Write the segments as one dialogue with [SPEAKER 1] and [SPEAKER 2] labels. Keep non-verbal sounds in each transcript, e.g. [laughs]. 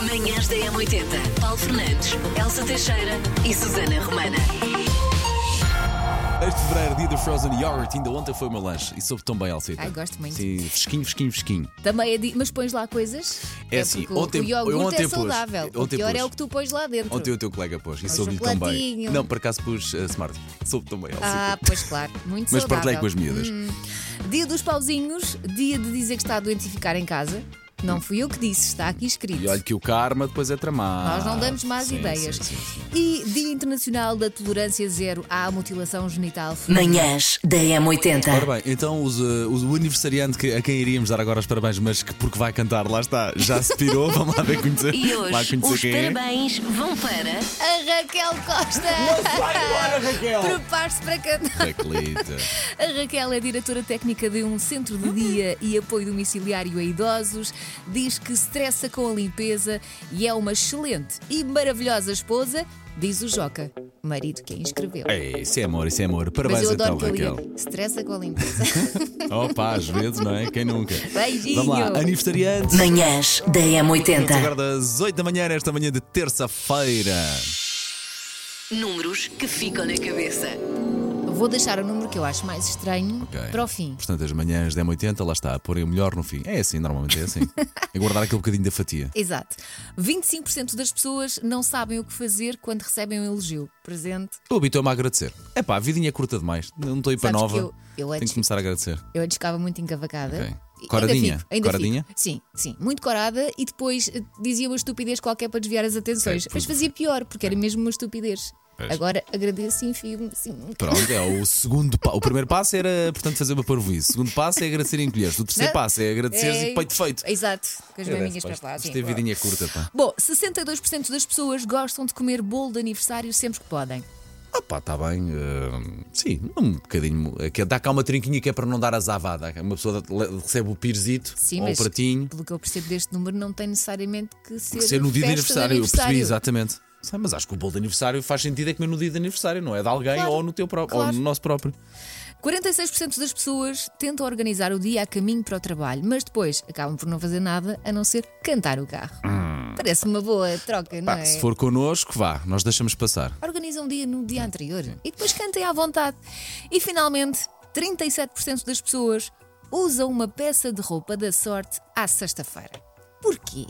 [SPEAKER 1] Manhãs da M80. Paulo Fernandes, Elsa Teixeira e Susana Romana.
[SPEAKER 2] Este fevereiro, dia do Frozen Yogurt, ainda ontem foi o meu lanche e soube tão bem, Alceta.
[SPEAKER 3] Ai, gosto muito.
[SPEAKER 2] Sim, fresquinho, fresquinho, fresquinho.
[SPEAKER 3] Também é di... Mas pões lá coisas?
[SPEAKER 2] É assim,
[SPEAKER 3] porque o-
[SPEAKER 2] ontem-
[SPEAKER 3] o iogurte
[SPEAKER 2] eu ontem
[SPEAKER 3] é
[SPEAKER 2] pus.
[SPEAKER 3] saudável. o
[SPEAKER 2] Ontem
[SPEAKER 3] pior
[SPEAKER 2] pus.
[SPEAKER 3] é o que tu pões lá dentro.
[SPEAKER 2] Ontem o teu colega pôs e
[SPEAKER 3] Um
[SPEAKER 2] soube-lhe tão bem.
[SPEAKER 3] chocolatinho.
[SPEAKER 2] Não, por acaso pus eh, Smart. Soube tão bem, Alceta.
[SPEAKER 3] Ah, pois claro, muito
[SPEAKER 2] assim. [laughs] Mas
[SPEAKER 3] saudável. Hum.
[SPEAKER 2] partilhei com as miúdas.
[SPEAKER 3] Dia dos pauzinhos, dia de dizer que está doente e ficar em casa. Não fui eu que disse, está aqui escrito.
[SPEAKER 2] E olha que o karma depois é tramado.
[SPEAKER 3] Nós não damos más
[SPEAKER 2] Sim,
[SPEAKER 3] ideias.
[SPEAKER 2] sim, sim.
[SPEAKER 3] E Dia Internacional da Tolerância Zero à Mutilação Genital Feminina.
[SPEAKER 1] Manhãs da
[SPEAKER 2] Ora
[SPEAKER 1] M80.
[SPEAKER 2] bem, então os, eh, os- o aniversariante que, a quem iríamos dar agora os parabéns, mas que porque vai cantar, lá está, já se pirou, [laughs] vamos lá ver conhecer.
[SPEAKER 1] E
[SPEAKER 2] lá
[SPEAKER 1] hoje,
[SPEAKER 2] conhecer
[SPEAKER 1] os
[SPEAKER 2] quem é.
[SPEAKER 1] parabéns vão para.
[SPEAKER 3] A Raquel Costa!
[SPEAKER 2] Vai embora, Raquel!
[SPEAKER 3] Prepare-se para cantar.
[SPEAKER 2] Teclita.
[SPEAKER 3] A Raquel é diretora técnica de um centro de dia e apoio domiciliário a idosos, diz que se estressa com a limpeza e é uma excelente e maravilhosa esposa, diz o Joca, marido que a inscreveu.
[SPEAKER 2] Ei, isso é amor, isso é amor.
[SPEAKER 3] Mas
[SPEAKER 2] Parabéns
[SPEAKER 3] eu adoro
[SPEAKER 2] então,
[SPEAKER 3] que ele
[SPEAKER 2] Raquel.
[SPEAKER 3] diga, se estressa com a limpeza. [laughs]
[SPEAKER 2] Opa, às vezes, não é? Quem nunca?
[SPEAKER 3] Beijinho.
[SPEAKER 2] Vamos lá, aniversariante.
[SPEAKER 1] Manhãs da M80.
[SPEAKER 2] Agora das 8 da manhã, nesta manhã de terça-feira.
[SPEAKER 1] Números que ficam na cabeça.
[SPEAKER 3] Vou deixar o número que eu acho mais estranho
[SPEAKER 2] Ok.
[SPEAKER 3] para o fim.
[SPEAKER 2] Portanto, as manhãs de 80 lá está, porém o melhor no fim. É assim, normalmente é
[SPEAKER 3] [laughs]
[SPEAKER 2] assim. É guardar aquele bocadinho da fatia.
[SPEAKER 3] Exato. 25% das pessoas não sabem o que fazer quando recebem um elogio. Presente.
[SPEAKER 2] Eu habituo-me a agradecer. É pá, a vidinha é curta demais. Não estou aí para
[SPEAKER 3] Sabes
[SPEAKER 2] nova.
[SPEAKER 3] que eu- eu
[SPEAKER 2] Tenho
[SPEAKER 3] antes-
[SPEAKER 2] que começar a agradecer.
[SPEAKER 3] Eu antes ficava muito encavacada.
[SPEAKER 2] Ok.
[SPEAKER 3] E ainda
[SPEAKER 2] Coradinha?
[SPEAKER 3] fico, ainda
[SPEAKER 2] Coradinha?
[SPEAKER 3] fico. Sim, sim. Muito corada e depois eh, dizia uma estupidez qualquer para desviar as atenções.
[SPEAKER 2] Ok,
[SPEAKER 3] Mas
[SPEAKER 2] pois.
[SPEAKER 3] fazia pior, porque era mesmo uma estupidez.
[SPEAKER 2] Pois.
[SPEAKER 3] Agora agradeço e enfio-me. Sim.
[SPEAKER 2] Pronto, é o segundo passo. O primeiro passo era, portanto, fazer uma parvoíce. O segundo passo é agradecer e encolher. O terceiro
[SPEAKER 3] Não.
[SPEAKER 2] passo é agradecer e peito feito.
[SPEAKER 3] Exato, com as maminhas para lá.
[SPEAKER 2] Isto
[SPEAKER 3] sim,
[SPEAKER 2] é
[SPEAKER 3] claro.
[SPEAKER 2] vidinha curta, pá.
[SPEAKER 3] Bom, 62% das pessoas gostam de comer bolo de aniversário sempre que podem.
[SPEAKER 2] Ah pá, está bem. eh, sim, um bocadinho. eh, Que dá cá uma trinquinha que é para não dar azavada. Uma pessoa le- recebe o pirzito
[SPEAKER 3] Sim,
[SPEAKER 2] ou o
[SPEAKER 3] mas
[SPEAKER 2] pratinho.
[SPEAKER 3] pelo que eu percebo deste número, não tem necessariamente que ser,
[SPEAKER 2] Que ser no dia de
[SPEAKER 3] festa
[SPEAKER 2] aniversário, eu percebi, exatamente. Sim, mas acho que o bolo de aniversário faz sentido é comer no dia de aniversário, não é de alguém
[SPEAKER 3] Claro,
[SPEAKER 2] ou no teu próprio, ou
[SPEAKER 3] claro.
[SPEAKER 2] no nosso próprio.
[SPEAKER 3] 46% das pessoas tentam organizar o dia a caminho para o trabalho, mas depois acabam por não fazer nada a não ser cantar o carro. Parece uma boa troca,
[SPEAKER 2] Hum.
[SPEAKER 3] não
[SPEAKER 2] Pá,
[SPEAKER 3] é?
[SPEAKER 2] se for connosco, vá, nós deixamos passar.
[SPEAKER 3] Organizam um dia no dia anterior e depois cantem à vontade. E finalmente, 37% das pessoas usam uma peça de roupa da sorte à sexta-feira. Porquê?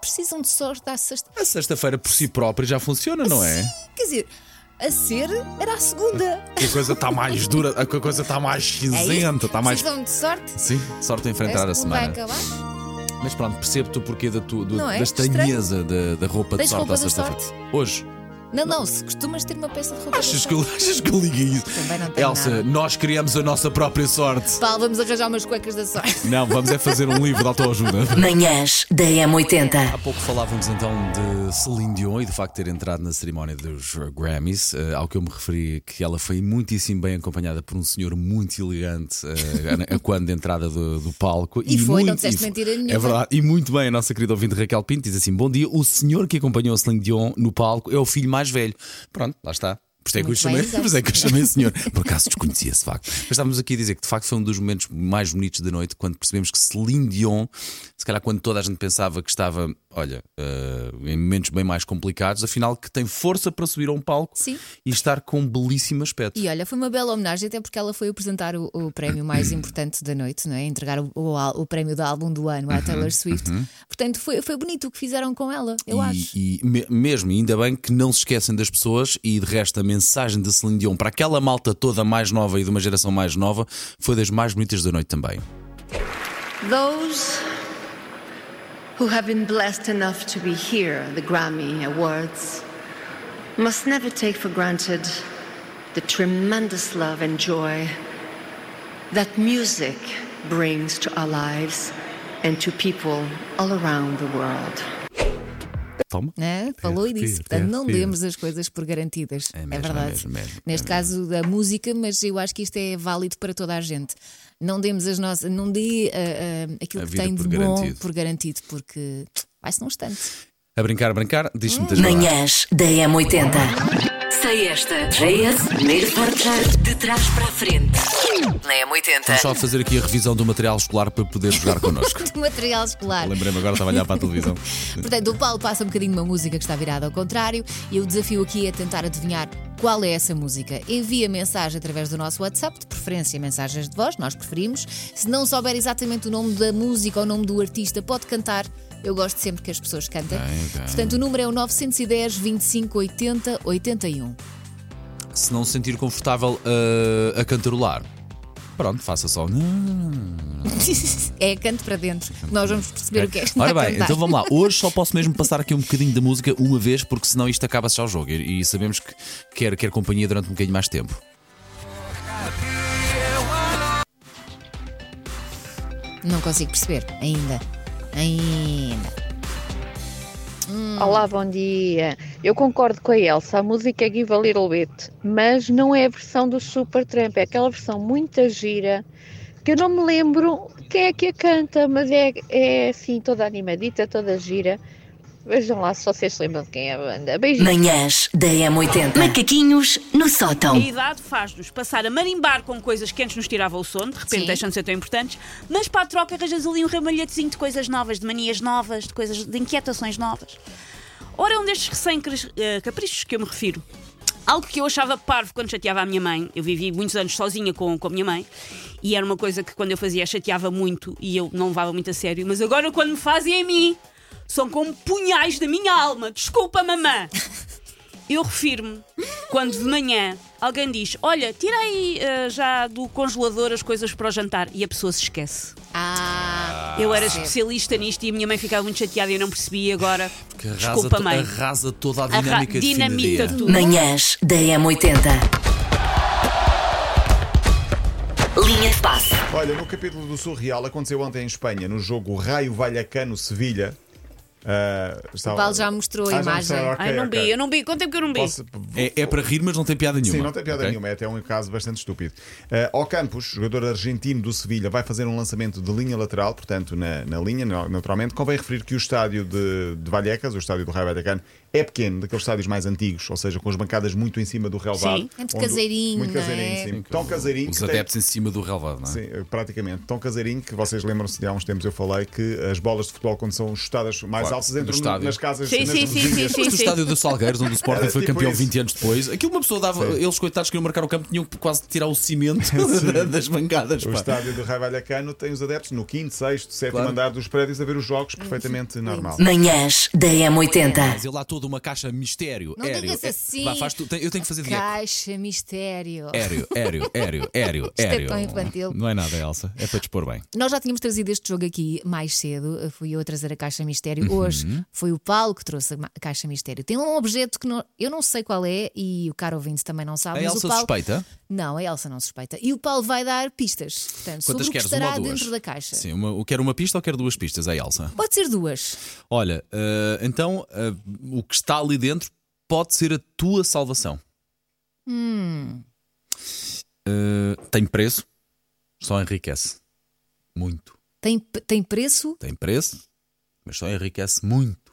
[SPEAKER 3] Precisam de sorte à sexta.
[SPEAKER 2] A sexta-feira por si própria já funciona, não é?
[SPEAKER 3] Quer dizer, a ser era a segunda.
[SPEAKER 2] Que a coisa está mais dura, a coisa está mais
[SPEAKER 3] É isso?
[SPEAKER 2] cinzenta, está então tá mais.
[SPEAKER 3] Precisam de sorte.
[SPEAKER 2] Sim, sorte a enfrentar a
[SPEAKER 3] Parece que o mundo vai
[SPEAKER 2] semana.
[SPEAKER 3] acabar.
[SPEAKER 2] Mas pronto, percebo-te o porquê da, tu, do-
[SPEAKER 3] Não é?
[SPEAKER 2] da estranheza da, da roupa de
[SPEAKER 3] Tens
[SPEAKER 2] sorte
[SPEAKER 3] roupa
[SPEAKER 2] à
[SPEAKER 3] da
[SPEAKER 2] sexta-feira. Hoje,
[SPEAKER 3] Não, não, se costumas ter uma peça de roupa.
[SPEAKER 2] achas
[SPEAKER 3] da
[SPEAKER 2] que, eu, [laughs]
[SPEAKER 3] sorte.
[SPEAKER 2] achas que eu liguei isso?
[SPEAKER 3] Também não tem
[SPEAKER 2] Elsa,
[SPEAKER 3] nada.
[SPEAKER 2] nós criamos a nossa própria sorte.
[SPEAKER 3] Paulo, vamos arranjar umas cuecas da
[SPEAKER 2] [laughs]
[SPEAKER 3] sorte.
[SPEAKER 2] Não, vamos é fazer um livro de autoajuda.
[SPEAKER 1] Manhãs da M80.
[SPEAKER 2] [laughs] Há pouco falávamos então de Celine Dion e do facto de ter entrado na cerimónia dos Grammys, eh, ao que eu me referi que ela foi muitíssimo bem acompanhada por um senhor muito elegante eh, [laughs] a- a quando de entrada do, do palco.
[SPEAKER 3] E foi, não
[SPEAKER 2] muito-
[SPEAKER 3] disseste
[SPEAKER 2] e foi-
[SPEAKER 3] mentira nenhuma.
[SPEAKER 2] É verdade, e muito bem a nossa querida ouvinte Raquel Pinto diz assim: Bom dia, o senhor que acompanhou a Celine Dion no palco é o filho mais velho. Pronto, lá está. Por isso é que eu
[SPEAKER 3] Muito
[SPEAKER 2] chamei, [laughs]
[SPEAKER 3] bem, exato.
[SPEAKER 2] por isso é que eu chamei o senhor. Por
[SPEAKER 3] [laughs]
[SPEAKER 2] acaso desconhecia esse facto. Mas estávamos aqui a dizer que de facto foi um dos momentos mais bonitos da noite quando percebemos que Celine Dion, se calhar quando toda a gente pensava que estava, olha, eh, em momentos bem mais complicados, afinal que tem força para subir a um palco
[SPEAKER 3] Sim.
[SPEAKER 2] e estar com um belíssimo aspecto.
[SPEAKER 3] E olha, foi uma bela homenagem, até porque ela foi apresentar o, o prémio mais importante da noite, não é? Entregar o, o al- o prémio do álbum do ano
[SPEAKER 2] Uhum,
[SPEAKER 3] à Taylor Swift. Portanto, foi, foi bonito o que fizeram com ela, eu
[SPEAKER 2] e,
[SPEAKER 3] acho.
[SPEAKER 2] e me- mesmo, e ainda bem que não se esquecem das pessoas e de resto a mensagem de Celine Dion para aquela malta toda mais nova e de uma geração mais nova foi das mais bonitas da noite também.
[SPEAKER 4] Those who have been blessed enough to be here, the Grammy Awards, must never take for granted the tremendous love and joy that music brings to our lives and to people all around the world.
[SPEAKER 2] Toma.
[SPEAKER 3] né? Falou e disse,
[SPEAKER 2] Ter,
[SPEAKER 3] portanto,
[SPEAKER 2] ter,
[SPEAKER 3] não
[SPEAKER 2] ter.
[SPEAKER 3] demos as coisas por garantidas.
[SPEAKER 2] É mesmo, é
[SPEAKER 3] verdade.
[SPEAKER 2] mesmo, é mesmo,
[SPEAKER 3] Neste
[SPEAKER 2] é
[SPEAKER 3] caso da música, mas eu acho que isto é válido para toda a gente. Não demos as nossas, não dê ah, ah, aquilo
[SPEAKER 2] A
[SPEAKER 3] que
[SPEAKER 2] vida
[SPEAKER 3] tem de
[SPEAKER 2] por
[SPEAKER 3] bom
[SPEAKER 2] garantido.
[SPEAKER 3] por garantido, porque vai-se num instante. [laughs]
[SPEAKER 2] A A brincar, a brincar,
[SPEAKER 3] Hum.
[SPEAKER 2] diz-me das
[SPEAKER 1] Manhãs da M80. Sei esta. JS, primeiro forjar de trás para a frente. Na
[SPEAKER 2] Vamos
[SPEAKER 1] M80.
[SPEAKER 2] só fazer aqui a revisão do material escolar para poder
[SPEAKER 3] [laughs]
[SPEAKER 2] jogar connosco.
[SPEAKER 3] De material escolar.
[SPEAKER 2] Lembrei-me agora, estava a olhar para a televisão.
[SPEAKER 3] Portanto, o Paulo passa um bocadinho uma música que está virada ao contrário e o desafio aqui é tentar adivinhar qual é essa música. Envia mensagem através do nosso WhatsApp, de preferência mensagens de voz, nós preferimos. Se não souber exatamente o nome da música ou o nome do artista, pode cantar. Eu gosto sempre que as pessoas cantem.
[SPEAKER 2] Bem, bem.
[SPEAKER 3] Portanto, o número é o 910 25 80 81.
[SPEAKER 2] Se não se sentir confortável uh, a cantarolar, pronto, faça só.
[SPEAKER 3] [laughs]
[SPEAKER 2] um-
[SPEAKER 3] é canto para dentro. Nós vamos perceber o que é que está
[SPEAKER 2] Ora
[SPEAKER 3] a
[SPEAKER 2] bem,
[SPEAKER 3] cantar.
[SPEAKER 2] então vamos lá. Hoje só posso
[SPEAKER 3] [laughs]
[SPEAKER 2] mesmo passar aqui um bocadinho da música uma vez, porque senão isto acaba-se já o jogo. E e sabemos que quer, quer companhia durante um bocadinho mais tempo.
[SPEAKER 3] Não consigo perceber. Ainda. Ainda.
[SPEAKER 5] Olá, bom dia. Eu concordo com a Elsa, a música é Give a Little Bit, mas não é a versão do Supertramp, é aquela versão muito gira, que eu não me lembro quem é que a canta, mas é, é assim, toda animadita, toda gira. Vejam lá se vocês se lembram de quem é a banda. Beijinhos.
[SPEAKER 1] Manhãs da M80. Macaquinhos no
[SPEAKER 6] A
[SPEAKER 1] sótão.
[SPEAKER 6] idade faz-nos passar a marimbar com coisas que antes nos tiravam o sono, de repente
[SPEAKER 3] Sim.
[SPEAKER 6] deixam de ser tão importantes, mas para a troca arranjas ali um ramalhetezinho de coisas novas, de manias novas, de coisas, de inquietações novas. Ora, é um destes recém-caprichos que eu me refiro. Algo que eu achava parvo quando chateava a minha mãe. Eu vivi muitos anos sozinha com, com a minha mãe e era uma coisa que quando eu fazia chateava muito e eu não levava muito a sério. Mas agora, quando me fazem a mim, são como punhais da minha alma. Desculpa, mamã. Eu refiro-me quando de manhã alguém diz: Olha, tira aí eh, já do congelador as coisas para o jantar e a pessoa se esquece.
[SPEAKER 3] Ah,
[SPEAKER 6] eu era
[SPEAKER 3] percebo.
[SPEAKER 6] especialista nisto e a minha mãe ficava muito chateada e eu não percebi agora.
[SPEAKER 2] Que arrasa,
[SPEAKER 6] Desculpa,
[SPEAKER 2] to-
[SPEAKER 6] mãe.
[SPEAKER 2] arrasa toda a
[SPEAKER 6] Arra-
[SPEAKER 2] dinâmica de fim de
[SPEAKER 6] dinamita
[SPEAKER 2] dia.
[SPEAKER 6] tudo.
[SPEAKER 1] Manhãs da M80. Linha de passe.
[SPEAKER 7] Olha, no capítulo do Surreal aconteceu ontem em Espanha, no jogo Raio Vallecano Ah, Sevilha.
[SPEAKER 3] O Paulo já mostrou
[SPEAKER 7] Ah,
[SPEAKER 3] a imagem.
[SPEAKER 6] Ai, não vi, eu não vi. Quanto tempo que eu não vi?
[SPEAKER 2] É, é para rir, mas não tem piada nenhuma.
[SPEAKER 7] Sim, não tem piada
[SPEAKER 2] ok?
[SPEAKER 7] nenhuma, é até um caso bastante estúpido. Eh, Ao Campos, jogador argentino do Sevilha, vai fazer um lançamento de linha lateral, portanto, na, na linha, na- naturalmente. Convém referir que o estádio de, de Vallecas, o estádio do Raio Vallecano, é pequeno, daqueles estádios mais antigos, ou seja, com as bancadas muito em cima do relvado.
[SPEAKER 6] Sim.
[SPEAKER 3] Muito
[SPEAKER 7] onde-
[SPEAKER 3] caseirinho,
[SPEAKER 7] Muito
[SPEAKER 3] não é?
[SPEAKER 7] caseirinho, sim. Tão caseirinho
[SPEAKER 2] Os
[SPEAKER 7] que tem-
[SPEAKER 2] adeptos em cima do relvado, não é?
[SPEAKER 7] Sim, eh, praticamente. Tão caseirinho que vocês lembram-se de há uns tempos eu falei que as bolas de futebol, quando são chutadas mais
[SPEAKER 2] Claro,
[SPEAKER 7] altas,
[SPEAKER 2] no
[SPEAKER 7] entram
[SPEAKER 2] estádio.
[SPEAKER 7] nas casas.
[SPEAKER 6] Sim,
[SPEAKER 7] nas
[SPEAKER 6] sim, sim,
[SPEAKER 7] vizinhas.
[SPEAKER 6] sim,
[SPEAKER 2] Mas
[SPEAKER 6] sim.
[SPEAKER 2] no estádio do Salgueiros, onde o Sporting
[SPEAKER 7] Era
[SPEAKER 2] foi
[SPEAKER 7] tipo
[SPEAKER 2] campeão
[SPEAKER 7] isso.
[SPEAKER 2] 20 anos depois, aquilo uma pessoa dava. Eles, coitados, queriam marcar o campo, tinham que quase tirar o
[SPEAKER 7] [laughs]
[SPEAKER 2] cimento [laughs] das bancadas.
[SPEAKER 7] O
[SPEAKER 2] pá.
[SPEAKER 7] estádio do Raio Vallecano tem os adeptos no quinto, sexto, sétimo
[SPEAKER 2] Claro.
[SPEAKER 7] andar dos prédios a ver os jogos perfeitamente normal.
[SPEAKER 1] Manhãs da M80.
[SPEAKER 2] Mas ele lá toda uma caixa mistério.
[SPEAKER 3] Não
[SPEAKER 2] aéreo.
[SPEAKER 3] digas
[SPEAKER 2] É-
[SPEAKER 3] assim.
[SPEAKER 2] Vá, faz tu, tem- eu tenho que fazer É. de eco.
[SPEAKER 3] Caixa mistério.
[SPEAKER 2] Aéreo, aéreo, aéreo, aéreo,
[SPEAKER 3] é
[SPEAKER 2] aéreo.
[SPEAKER 3] tão infantil.
[SPEAKER 2] Não é nada, Elsa. É para dispor bem.
[SPEAKER 3] Nós já tínhamos trazido este jogo aqui mais cedo. eh, Fui eu a trazer a Caixa
[SPEAKER 2] Uhum.
[SPEAKER 3] Mistério. Hoje foi o Paulo que trouxe a ma- Caixa Mistério. Tem um objeto que não- eu não sei qual é e o caro ouvinte também não sabe.
[SPEAKER 2] A
[SPEAKER 3] Ah, mas
[SPEAKER 2] Elsa
[SPEAKER 3] o Paulo,
[SPEAKER 2] suspeita?
[SPEAKER 3] Não, a Elsa não suspeita. E o Paulo vai dar pistas. Portanto, sobre
[SPEAKER 2] Quantas
[SPEAKER 3] o que
[SPEAKER 2] queres? Uma
[SPEAKER 3] estará
[SPEAKER 2] ou duas?
[SPEAKER 3] dentro da caixa.
[SPEAKER 2] Sim, uma, eu quero uma pista ou quero duas pistas, a Elsa?
[SPEAKER 3] Pode ser duas.
[SPEAKER 2] Olha, eh, então eh, o que está ali dentro pode ser a tua salvação.
[SPEAKER 3] Hum.
[SPEAKER 2] Eh, tem preço, só enriquece. Muito.
[SPEAKER 3] Tem, pe- tem preço?
[SPEAKER 2] Tem preço, mas só enriquece muito.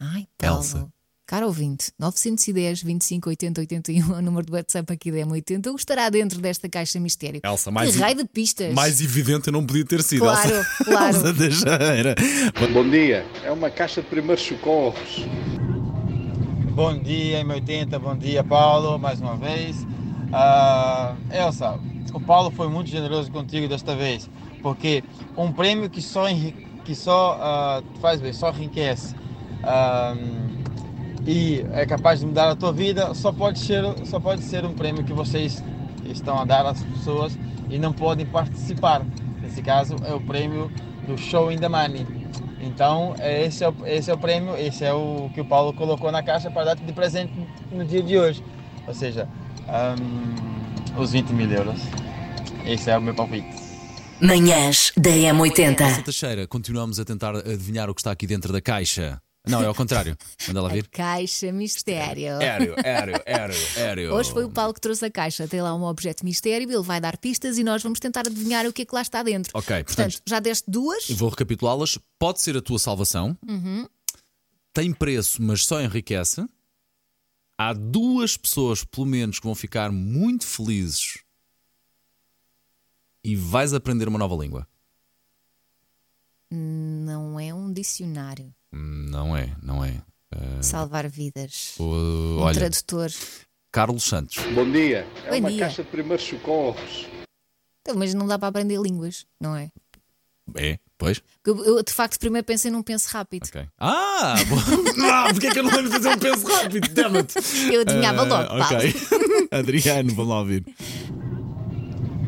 [SPEAKER 3] Ai, Paulo.
[SPEAKER 2] Elsa.
[SPEAKER 3] Caro ouvinte, 910 25 80 81 é o número do WhatsApp aqui da M80. O que estará dentro desta Caixa Mistério?
[SPEAKER 2] Elsa, mais
[SPEAKER 3] que
[SPEAKER 2] um-
[SPEAKER 3] raio de pistas.
[SPEAKER 2] Mais evidente eu não podia ter sido. [laughs]
[SPEAKER 3] Claro,
[SPEAKER 2] Elsa,
[SPEAKER 3] claro.
[SPEAKER 2] Elsa Teixeira.
[SPEAKER 8] Bom dia, é uma caixa de primeiros socorros.
[SPEAKER 9] Bom dia, M80, bom dia, Paulo, mais uma vez. Ah, Elsa, o Paulo foi muito generoso contigo desta vez, porque um prêmio que só, enri- que só ah, te faz bem, só enriquece ah, e é capaz de mudar a tua vida, só pode, ser, só pode ser um prêmio que vocês estão a dar às pessoas e não podem participar. Nesse caso, é o prêmio do Show in the Money. Então, é esse é, o, esse é o prêmio, esse é o que o Paulo colocou na caixa para dar-te de presente no dia de hoje. Ou seja, ahm, os 20 mil euros. Esse é o meu palpite.
[SPEAKER 1] Manhãs da
[SPEAKER 2] Elsa
[SPEAKER 1] M80.
[SPEAKER 2] Teixeira, continuamos a tentar adivinhar o que está aqui dentro da caixa. Não, é ao contrário. Manda lá
[SPEAKER 3] A
[SPEAKER 2] vir.
[SPEAKER 3] Caixa Mistério.
[SPEAKER 2] Aéreo, aéreo, aéreo, aéreo.
[SPEAKER 3] Hoje foi o Paulo que trouxe a caixa. Tem lá um objeto mistério, ele vai dar pistas e nós vamos tentar adivinhar o que é que lá está dentro.
[SPEAKER 2] Ok, portanto,
[SPEAKER 3] Portanto, já deste duas. Uhum.
[SPEAKER 2] Vou recapitulá-las. Pode ser a tua salvação. tem preço, mas só enriquece. Há duas pessoas, pelo menos, que vão ficar muito felizes e vais aprender uma nova língua.
[SPEAKER 3] Não é um dicionário.
[SPEAKER 2] Não é, não é.
[SPEAKER 3] Salvar vidas.
[SPEAKER 2] Uh,
[SPEAKER 3] Um
[SPEAKER 2] olha,
[SPEAKER 3] tradutor.
[SPEAKER 2] Carlos Santos.
[SPEAKER 8] Bom dia. É
[SPEAKER 3] Bom
[SPEAKER 8] uma
[SPEAKER 3] dia.
[SPEAKER 8] caixa de primeiros socorros.
[SPEAKER 3] Então, mas não dá para aprender línguas, não é?
[SPEAKER 2] É, pois?
[SPEAKER 3] Eu, eu, de facto, primeiro pensei num penso rápido.
[SPEAKER 2] Ok. [laughs] Ah! bom. não, porque é que eu não lembro de fazer um penso rápido? Damn it.
[SPEAKER 3] Eu adivinhava logo,
[SPEAKER 2] Ah,
[SPEAKER 3] Paulo.
[SPEAKER 2] Ok. [laughs] Adriano, vamos lá ouvir.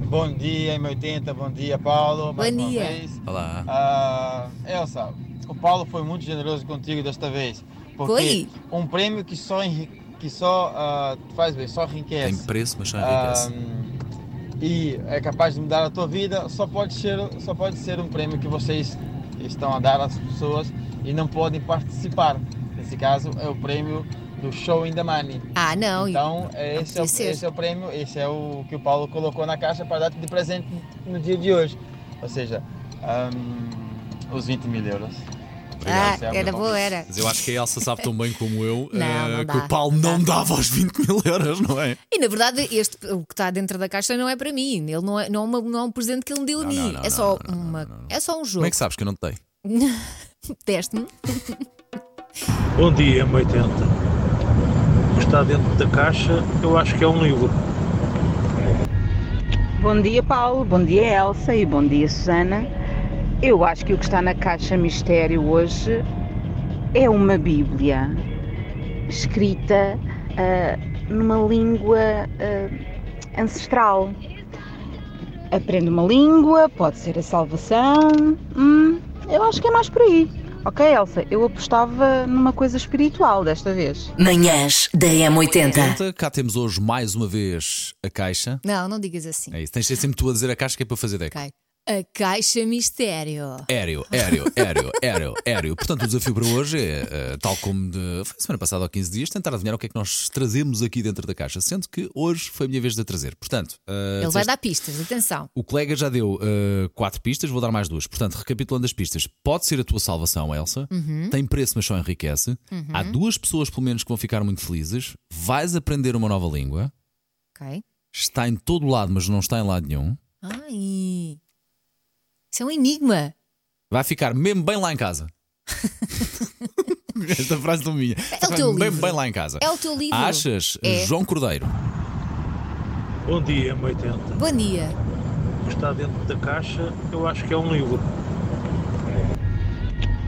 [SPEAKER 9] Bom dia, M80, bom dia, Paulo. Mais
[SPEAKER 3] Bom
[SPEAKER 9] uma
[SPEAKER 3] dia.
[SPEAKER 9] vez.
[SPEAKER 2] Olá.
[SPEAKER 9] Ah, Elsa, o Paulo foi muito generoso contigo desta vez. Porque um prêmio que só, enri- que só ah, te faz bem, só enriquece.
[SPEAKER 2] Tem preço, mas só
[SPEAKER 9] Ah,
[SPEAKER 2] enriquece.
[SPEAKER 9] e é capaz de mudar a tua vida, só pode ser, só pode ser um prêmio que vocês estão a dar às pessoas e não podem participar. Nesse caso é o prêmio do Show in the Money.
[SPEAKER 3] Ah, não.
[SPEAKER 9] Então, é,
[SPEAKER 3] não
[SPEAKER 9] esse, é
[SPEAKER 3] podia
[SPEAKER 9] o,
[SPEAKER 3] ser.
[SPEAKER 9] esse é o prêmio, esse é o que o Paulo colocou na caixa para dar-te de presente no dia de hoje. Ou seja, ahm, os 20 mil euros.
[SPEAKER 3] ah,
[SPEAKER 9] Obrigado,
[SPEAKER 3] era
[SPEAKER 9] Selma.
[SPEAKER 3] boa, era.
[SPEAKER 2] Mas eu acho que a Elsa sabe tão bem como eu
[SPEAKER 3] Não,
[SPEAKER 2] eh,
[SPEAKER 3] não dá,
[SPEAKER 2] que o Paulo
[SPEAKER 3] não
[SPEAKER 2] não
[SPEAKER 3] dá.
[SPEAKER 2] dava aos 20 mil euros, não é?
[SPEAKER 3] E na verdade, este, o que está dentro da caixa não é para mim. Ele não é, não é, uma- não é um presente que ele me deu a
[SPEAKER 2] Não,
[SPEAKER 3] mim.
[SPEAKER 2] não, não,
[SPEAKER 3] é, só
[SPEAKER 2] não, não, não,
[SPEAKER 3] uma,
[SPEAKER 2] não,
[SPEAKER 3] é só um jogo.
[SPEAKER 2] Como é que sabes que eu não te dei?
[SPEAKER 3] Teste-me.
[SPEAKER 10] Bom dia, M80. O que está dentro da caixa, eu acho que é um livro.
[SPEAKER 11] Bom dia, Paulo. Bom dia, Elsa. E bom dia, Susana. Eu acho que o que está na caixa mistério hoje é uma Bíblia escrita ah, numa língua ah, ancestral. Aprende uma língua, pode ser a salvação. Hum, eu acho que é mais por aí. Ok, Elsa? Eu apostava numa coisa espiritual desta vez.
[SPEAKER 1] Manhãs da M80.
[SPEAKER 2] Conta, cá temos hoje mais uma vez a caixa.
[SPEAKER 3] Não, não digas assim.
[SPEAKER 2] É isso, tens de ser sempre tu a dizer a caixa que é para fazer deck.
[SPEAKER 3] Ok. A caixa mistério.
[SPEAKER 2] Aéreo, aéreo, aéreo, aéreo, aéreo. Portanto, o desafio para hoje é, eh, tal como de, foi semana passada ou 15 dias, tentar adivinhar o que é que nós trazemos aqui dentro da caixa, sendo que hoje foi a minha vez de a trazer. Portanto, eh,
[SPEAKER 3] Ele vai
[SPEAKER 2] disseste-
[SPEAKER 3] dar pistas, atenção.
[SPEAKER 2] o colega já deu eh, quatro pistas, vou dar mais duas. Portanto, recapitulando as pistas, pode ser a tua salvação, Elsa.
[SPEAKER 3] Uhum.
[SPEAKER 2] Tem preço, mas só enriquece. Há duas pessoas, pelo menos, que vão ficar muito felizes. Vais aprender uma nova língua.
[SPEAKER 3] Ok.
[SPEAKER 2] Está em todo lado, mas não está em lado nenhum.
[SPEAKER 3] Ai. Isso é um enigma.
[SPEAKER 2] Vai ficar mesmo bem lá em casa. [laughs] Esta frase não minha.
[SPEAKER 3] É o teu
[SPEAKER 2] bem,
[SPEAKER 3] livro.
[SPEAKER 2] bem lá em casa.
[SPEAKER 3] É o teu livro.
[SPEAKER 2] Achas,
[SPEAKER 3] É.
[SPEAKER 2] João Cordeiro?
[SPEAKER 10] Bom dia, M80.
[SPEAKER 3] Bom dia.
[SPEAKER 10] O que está dentro da caixa, eu acho que é um livro.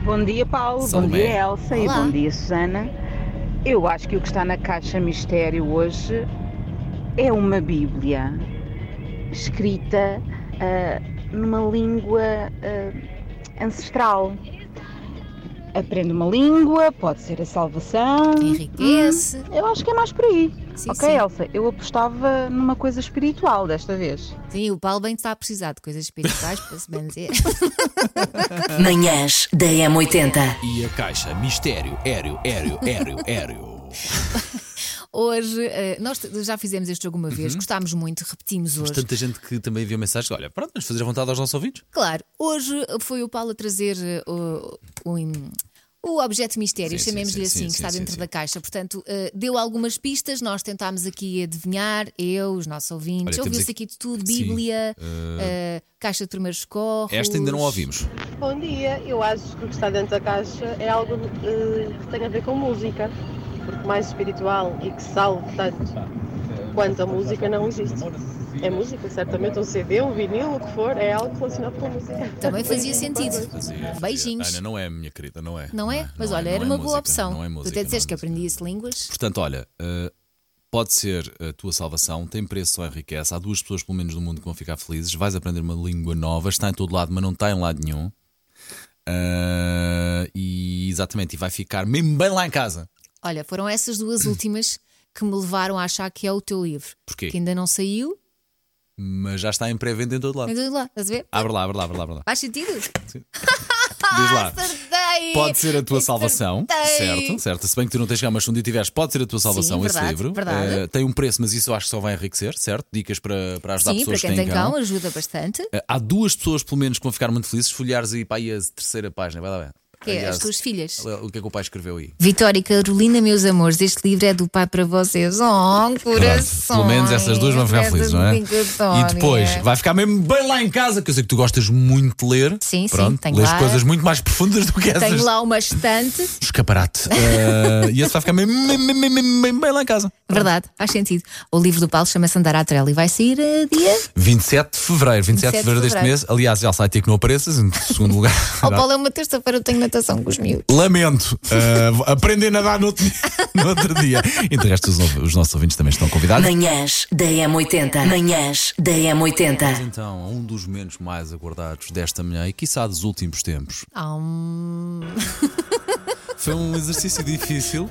[SPEAKER 11] Bom dia, Paulo.
[SPEAKER 2] Salomé.
[SPEAKER 11] Bom dia, Elsa. E
[SPEAKER 3] Olá.
[SPEAKER 11] bom dia, Susana. Eu acho que o que está na caixa mistério hoje é uma Bíblia escrita ah, numa língua ah, ancestral. Aprende uma língua, pode ser a salvação.
[SPEAKER 3] Enriquece.
[SPEAKER 11] Eu acho que é mais por aí.
[SPEAKER 3] Sim,
[SPEAKER 11] ok,
[SPEAKER 3] sim.
[SPEAKER 11] Elsa, eu apostava numa coisa espiritual desta vez.
[SPEAKER 3] Sim, o Paulo bem está a precisar de coisas espirituais para se bem dizer.
[SPEAKER 1] Manhãs da M80.
[SPEAKER 2] E a caixa? Mistério, aéreo, aéreo, aéreo, [laughs] aéreo.
[SPEAKER 3] Hoje, eh, nós t- já fizemos este jogo uma vez, gostámos muito, repetimos
[SPEAKER 2] Uhum. Mas
[SPEAKER 3] hoje.
[SPEAKER 2] tanta gente que também enviou mensagens. Olha, pronto, vamos fazer a vontade aos nossos ouvintes.
[SPEAKER 3] Claro, hoje foi o Paulo a trazer eh, o, o, em- o objeto mistério,
[SPEAKER 2] Sim, sim, sim,
[SPEAKER 3] chamemos-lhe assim,
[SPEAKER 2] sim,
[SPEAKER 3] que
[SPEAKER 2] sim,
[SPEAKER 3] está
[SPEAKER 2] sim,
[SPEAKER 3] dentro
[SPEAKER 2] sim.
[SPEAKER 3] da caixa. Portanto, eh, deu algumas pistas, nós tentámos aqui adivinhar, eu, os nossos ouvintes.
[SPEAKER 2] Olha, temos
[SPEAKER 3] Ouviu-se
[SPEAKER 2] aqui-
[SPEAKER 3] aqui de tudo:
[SPEAKER 2] Sim.
[SPEAKER 3] Bíblia, eh, caixa de primeiros socorros.
[SPEAKER 2] Esta ainda não ouvimos.
[SPEAKER 12] Bom dia, eu acho que o que está dentro da caixa é algo eh, que tem a ver com música, porque mais espiritual e que salve tanto quanto a música não existe. É música, certamente, um CD, um vinil, o que for, é algo relacionado com música.
[SPEAKER 3] Também fazia sentido. Beijinhos.
[SPEAKER 2] Ana, não é, minha querida, não é.
[SPEAKER 3] Não é? Mas olha,
[SPEAKER 2] não
[SPEAKER 3] era
[SPEAKER 2] é
[SPEAKER 3] uma
[SPEAKER 2] música,
[SPEAKER 3] boa opção.
[SPEAKER 2] Não é música,
[SPEAKER 3] tu até
[SPEAKER 2] não
[SPEAKER 3] disseste
[SPEAKER 2] é
[SPEAKER 3] que
[SPEAKER 2] música.
[SPEAKER 3] aprendias línguas.
[SPEAKER 2] Portanto, olha, eh, pode ser a tua salvação, tem preço, só enriquece. Há duas pessoas, pelo menos, no mundo que vão ficar felizes. Vais aprender uma língua nova, está em todo lado, mas não está em lado nenhum. Eh, e exatamente, e vai ficar mesmo bem lá em casa.
[SPEAKER 3] Olha, foram essas
[SPEAKER 2] [laughs]
[SPEAKER 3] duas últimas que me levaram a achar que é o teu livro.
[SPEAKER 2] Porquê?
[SPEAKER 3] Que ainda não saiu.
[SPEAKER 2] Mas já está em pré-venda em todo lado.
[SPEAKER 3] Mas é olha lá, estás a ver?
[SPEAKER 2] Abre lá, abre lá, abre lá, abre lá.
[SPEAKER 3] Faz sentido? Ah,
[SPEAKER 2] Diz lá.
[SPEAKER 3] Acertei!
[SPEAKER 2] Pode ser a tua salvação,
[SPEAKER 3] Acertei!
[SPEAKER 2] certo, certo. Se bem que tu não tens gamas, se um dia tiveres, pode ser a tua salvação
[SPEAKER 3] Sim,
[SPEAKER 2] esse
[SPEAKER 3] verdade,
[SPEAKER 2] livro.
[SPEAKER 3] verdade.
[SPEAKER 2] Eh, tem um preço, mas isso eu acho que só vai enriquecer, certo? Dicas para, para ajudar
[SPEAKER 3] Sim, para
[SPEAKER 2] pessoas
[SPEAKER 3] quem
[SPEAKER 2] que
[SPEAKER 3] tem
[SPEAKER 2] têm
[SPEAKER 3] cão ajuda bastante.
[SPEAKER 2] Uh, Há duas pessoas, pelo menos, que vão ficar muito felizes. Se folheares aí para aí a terceira página, vai lá bem.
[SPEAKER 3] que é as tuas filhas.
[SPEAKER 2] O que é que o pai escreveu aí?
[SPEAKER 3] Vitória e Carolina, meus amores, este livro é do pai para vocês. Oh, coração.
[SPEAKER 2] Pelo menos essas duas vão ficar felizes, não é? E depois
[SPEAKER 3] é.
[SPEAKER 2] vai ficar mesmo bem lá em casa, que eu sei que tu gostas muito de ler.
[SPEAKER 3] Sim, sim,
[SPEAKER 2] Pronto,
[SPEAKER 3] tenho
[SPEAKER 2] lês
[SPEAKER 3] lá.
[SPEAKER 2] coisas muito mais profundas do que essas.
[SPEAKER 3] Tenho lá uma estante.
[SPEAKER 2] Escaparate. [laughs] Eh, e esse vai ficar mesmo, mesmo, mesmo, mesmo, mesmo bem lá em casa.
[SPEAKER 3] Verdade, faz sentido. O livro do Paulo chama-se Andar à Trela e vai sair a dia.
[SPEAKER 2] 27 de fevereiro, 27 de
[SPEAKER 3] 27 de
[SPEAKER 2] fevereiro deste
[SPEAKER 3] fevereiro.
[SPEAKER 2] mês. Aliás, já sai ter que não apareças, em segundo lugar.
[SPEAKER 3] Ao Paulo é uma terça-feira, eu tenho natação com os miúdos.
[SPEAKER 2] Lamento. Eh, vou aprender a nadar no outro, dia- [laughs] no outro dia. E de resto, os, os nossos ouvintes também estão convidados.
[SPEAKER 1] Manhãs da M80. Manhãs da
[SPEAKER 2] Mas
[SPEAKER 1] M80.
[SPEAKER 2] então, a um dos momentos mais aguardados desta manhã e quiçá dos últimos tempos.
[SPEAKER 3] Hum.
[SPEAKER 2] Foi um exercício difícil.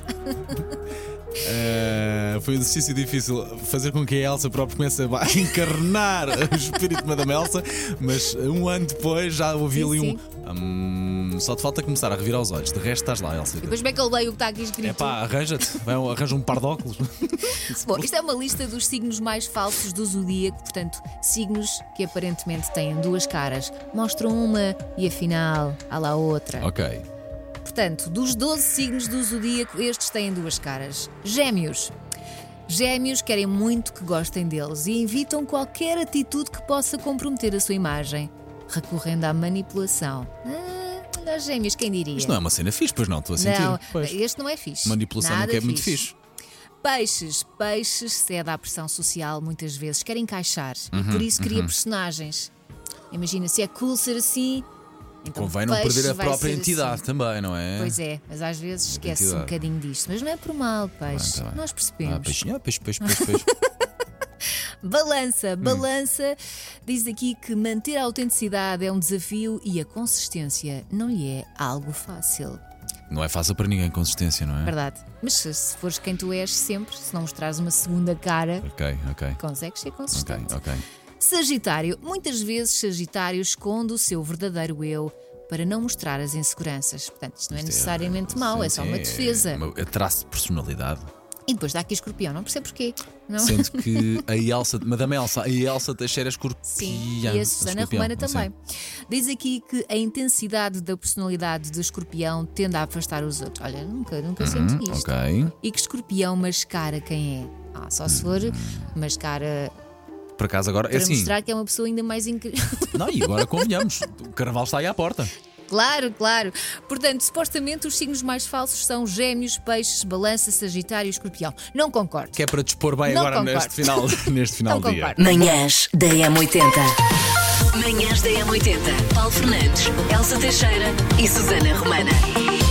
[SPEAKER 2] Eh, foi um exercício difícil fazer com que a Elsa própria comece a ba- a [laughs] encarnar o espírito de Madame Elsa, mas um ano depois já ouvi ali um. "Hum, só te falta começar a revirar os olhos, de resto estás lá, Elsa.
[SPEAKER 3] Depois bem que eu leio o que está aqui escrito.
[SPEAKER 2] É pá, arranja-te, Vai, arranja um par de óculos.
[SPEAKER 3] Bom, isto é uma lista dos signos mais falsos do zodíaco, portanto, signos que aparentemente têm duas caras. Mostram uma e afinal há lá outra.
[SPEAKER 2] Ok.
[SPEAKER 3] Portanto, dos 12 signos do zodíaco, estes têm duas caras. Gêmeos. Gêmeos querem muito que gostem deles e evitam qualquer atitude que possa comprometer a sua imagem, recorrendo à manipulação. Ah, olha os gêmeos, quem diria?
[SPEAKER 2] Isto não é uma cena fixe, pois não, estou a sentir.
[SPEAKER 3] Não, este não é fixe.
[SPEAKER 2] Manipulação
[SPEAKER 3] Nada
[SPEAKER 2] nunca é muito fixe.
[SPEAKER 3] Peixes, peixes cede à pressão social muitas vezes, quer encaixar e
[SPEAKER 2] Uhum,
[SPEAKER 3] por isso cria
[SPEAKER 2] uhum.
[SPEAKER 3] personagens. Imagina, se é cool ser assim, então
[SPEAKER 2] Convém não
[SPEAKER 3] peixe
[SPEAKER 2] perder a
[SPEAKER 3] vai
[SPEAKER 2] própria
[SPEAKER 3] ser
[SPEAKER 2] entidade
[SPEAKER 3] assim.
[SPEAKER 2] também, não é?
[SPEAKER 3] Pois é, mas às vezes esquece um
[SPEAKER 2] Entidade.
[SPEAKER 3] bocadinho disto. Mas não é por mal, peixe.
[SPEAKER 2] Ah, tá bem.
[SPEAKER 3] Nós
[SPEAKER 2] Ah,
[SPEAKER 3] percebemos.
[SPEAKER 2] peixe, ah, peixe, peixe, peixe, peixe. [laughs] Hum.
[SPEAKER 3] Balança, balança. Diz aqui que manter a autenticidade é um desafio e a consistência não lhe é algo fácil.
[SPEAKER 2] Não é fácil para ninguém, consistência, não é?
[SPEAKER 3] Verdade. Mas se, se fores quem tu és sempre, se não mostrares uma segunda cara,
[SPEAKER 2] Ok, ok.
[SPEAKER 3] consegues ser consistente.
[SPEAKER 2] Ok, então. ok.
[SPEAKER 3] Sagitário. Muitas vezes Sagitário esconde o seu verdadeiro eu para não mostrar as inseguranças. Portanto, isto não é necessariamente mau, é só uma defesa.
[SPEAKER 2] É, uma- é traço de personalidade.
[SPEAKER 3] E depois dá aqui escorpião, não percebo porquê. Não?
[SPEAKER 2] Sendo que a Elsa, Madame Elsa, a Elsa Teixeira é escorpião.
[SPEAKER 3] Sim, e a Susana
[SPEAKER 2] Escorpião,
[SPEAKER 3] Romana
[SPEAKER 2] sim.
[SPEAKER 3] também. Diz aqui que a intensidade da personalidade de escorpião tende a afastar os outros. Olha, nunca, nunca
[SPEAKER 2] Uhum,
[SPEAKER 3] senti isto.
[SPEAKER 2] ok.
[SPEAKER 3] E que escorpião mascara quem é. Ah, só se for mascara
[SPEAKER 2] Por acaso agora é
[SPEAKER 3] para
[SPEAKER 2] Uhum. assim.
[SPEAKER 3] mostrar que é uma pessoa ainda mais incrível.
[SPEAKER 2] Não, e agora convenhamos. O carnaval está aí à porta.
[SPEAKER 3] Claro, claro. Portanto, supostamente os signos mais falsos são gêmeos, peixes, balança, sagitário e escorpião. Não concordo.
[SPEAKER 2] Que é para dispor bem
[SPEAKER 3] Não
[SPEAKER 2] agora
[SPEAKER 3] concordo.
[SPEAKER 2] neste final, [laughs] neste final
[SPEAKER 3] Não
[SPEAKER 2] de dia.
[SPEAKER 3] concordo.
[SPEAKER 1] Manhãs da M80. Manhãs da M80. Paulo Fernandes, Elsa Teixeira e Susana Romana.